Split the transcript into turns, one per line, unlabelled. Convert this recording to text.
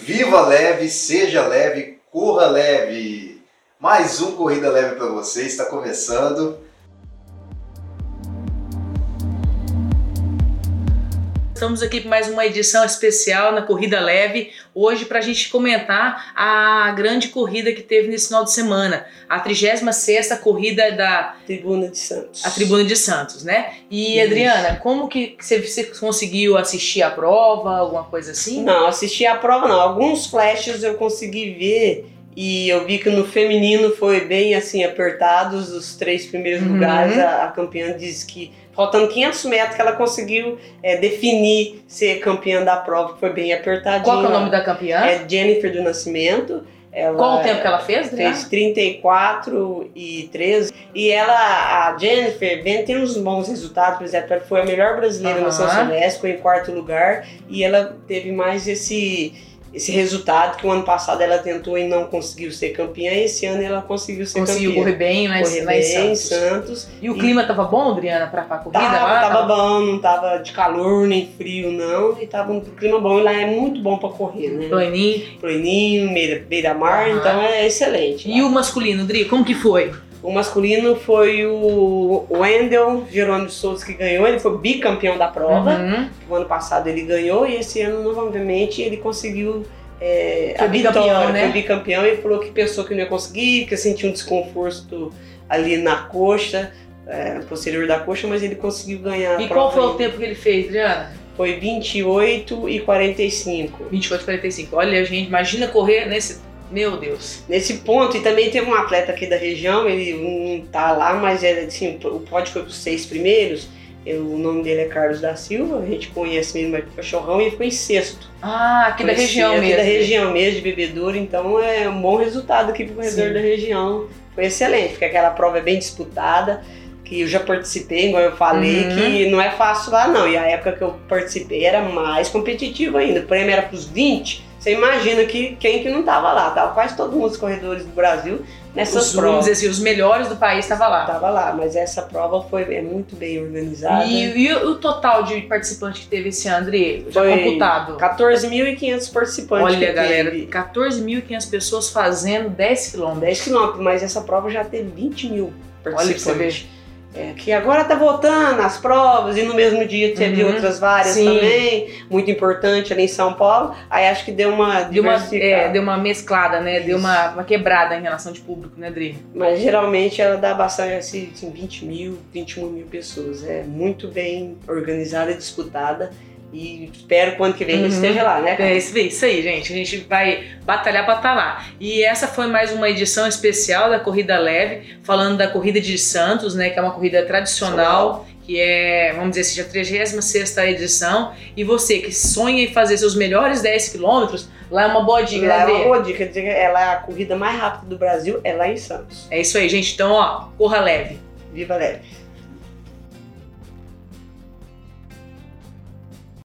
Viva leve, seja leve, corra leve. Mais um corrida leve para você está começando.
Estamos aqui para mais uma edição especial na Corrida Leve, hoje para a gente comentar a grande corrida que teve nesse final de semana, a 36ª corrida da
Tribuna de Santos.
a Tribuna de Santos, né? E
Isso.
Adriana, como que você, você conseguiu assistir a prova, alguma coisa assim?
Não, assisti a prova não. Alguns flashes eu consegui ver e eu vi que no feminino foi bem assim apertados os três primeiros
Uhum.
lugares. A, a campeã disse que faltando 500 metros que ela conseguiu é, definir ser campeã da prova, que foi bem apertadinho.
Qual que é o nome da campeã?
É Jennifer do Nascimento. Ela
Qual o tempo que ela fez, Adriana?
Fez 34 e 13. E ela, a Jennifer, vem tem uns bons resultados, por exemplo, ela foi a melhor brasileira no
Aham.
São Silvestre, ficou em quarto lugar. E ela teve mais esse, esse resultado que o ano passado ela tentou e não conseguiu ser campeã. E esse ano ela conseguiu ser
Conseguiu
campeã.
correr bem lá em,
Correr
lá em
bem,
Santos.
Santos.
E o clima tava bom, Adriana, para a corrida?
Tava,
lá?
tava bom, não tava de calor nem frio, não. E tava um clima bom. E lá é muito bom pra correr, né?
Planinho.
Proininho, beira- beira-mar,
Aham.
então é excelente. lá.
E o masculino, Dri, como que foi?
O masculino foi o Wendel Jerônimo de Souza que ganhou, ele foi bicampeão da prova.
Uhum.
O ano passado ele ganhou e esse ano, novamente, ele conseguiu é,
Foi
a
bicampeão,
vitória.
né?
Foi bicampeão e falou que pensou que não ia conseguir, que sentiu um desconforto ali na coxa, é, posterior da coxa, mas ele conseguiu ganhar a
E
prova.
qual foi o
ainda.
tempo que ele fez, Adriana?
Foi 28 e 45.
24 45. Olha, gente, imagina correr nesse. Meu Deus.
Nesse ponto, e também teve um atleta aqui da região, ele não tá lá, mas era assim, o pódio foi para os seis primeiros. Eu- o nome dele é Carlos da Silva, a gente conhece mesmo aqui cachorrão e ele ficou em sexto.
Ah, aqui da
Foi em
região
sexto,
mesmo.
Aqui da região mesmo, de bebedouro, então é um bom resultado aqui pro corredor
Sim.
da região. Foi excelente, porque aquela prova é bem disputada, que eu já participei, igual eu falei,
Uhum.
que não é fácil lá não. E a época que eu participei era mais competitiva ainda. O prêmio era pros 20. Você imagina que quem que não tava lá, tava quase todo mundo os corredores do Brasil nessas
Os, vamos
provas.
dizer assim, os melhores do país estavam lá.
Tava lá, mas essa prova foi é muito bem organizada.
E, e o total de participantes que teve esse ano, André? Já
Foi
computado.
14.500 participantes
Olha,
que
galera,
teve.
14.500 pessoas fazendo 10 quilômetros.
10 quilômetros, mas essa prova já teve 20 mil
Olha pra
participantes.
você ver.
É, que agora tá voltando as provas e no mesmo dia teve
Uhum.
outras várias
Sim.
também, muito importante ali em São Paulo. Aí acho que deu uma
Deu uma, é,
diversificada.
deu uma mesclada, né? Deu
Isso.
uma, uma quebrada em relação de público, né, Adri?
Mas geralmente ela dá bastante, assim, assim, 20 mil, 21 mil pessoas. É muito bem organizada e disputada. E espero que o ano que vem
Uhum.
ele esteja lá, né?
É isso, isso aí, gente. A gente vai batalhar pra estar lá. E essa foi mais uma edição especial da Corrida Leve, falando da Corrida de Santos, né? Que é uma corrida tradicional, que é, vamos dizer, seja a 36 edição. E você que sonha em fazer seus melhores 10 quilômetros, lá é uma boa dica,
Lá
né,
é uma
Adri?
boa dica, dizer que ela é a corrida mais rápida do Brasil, é lá em Santos.
É isso aí, gente. Então, ó, corra leve.
Viva leve!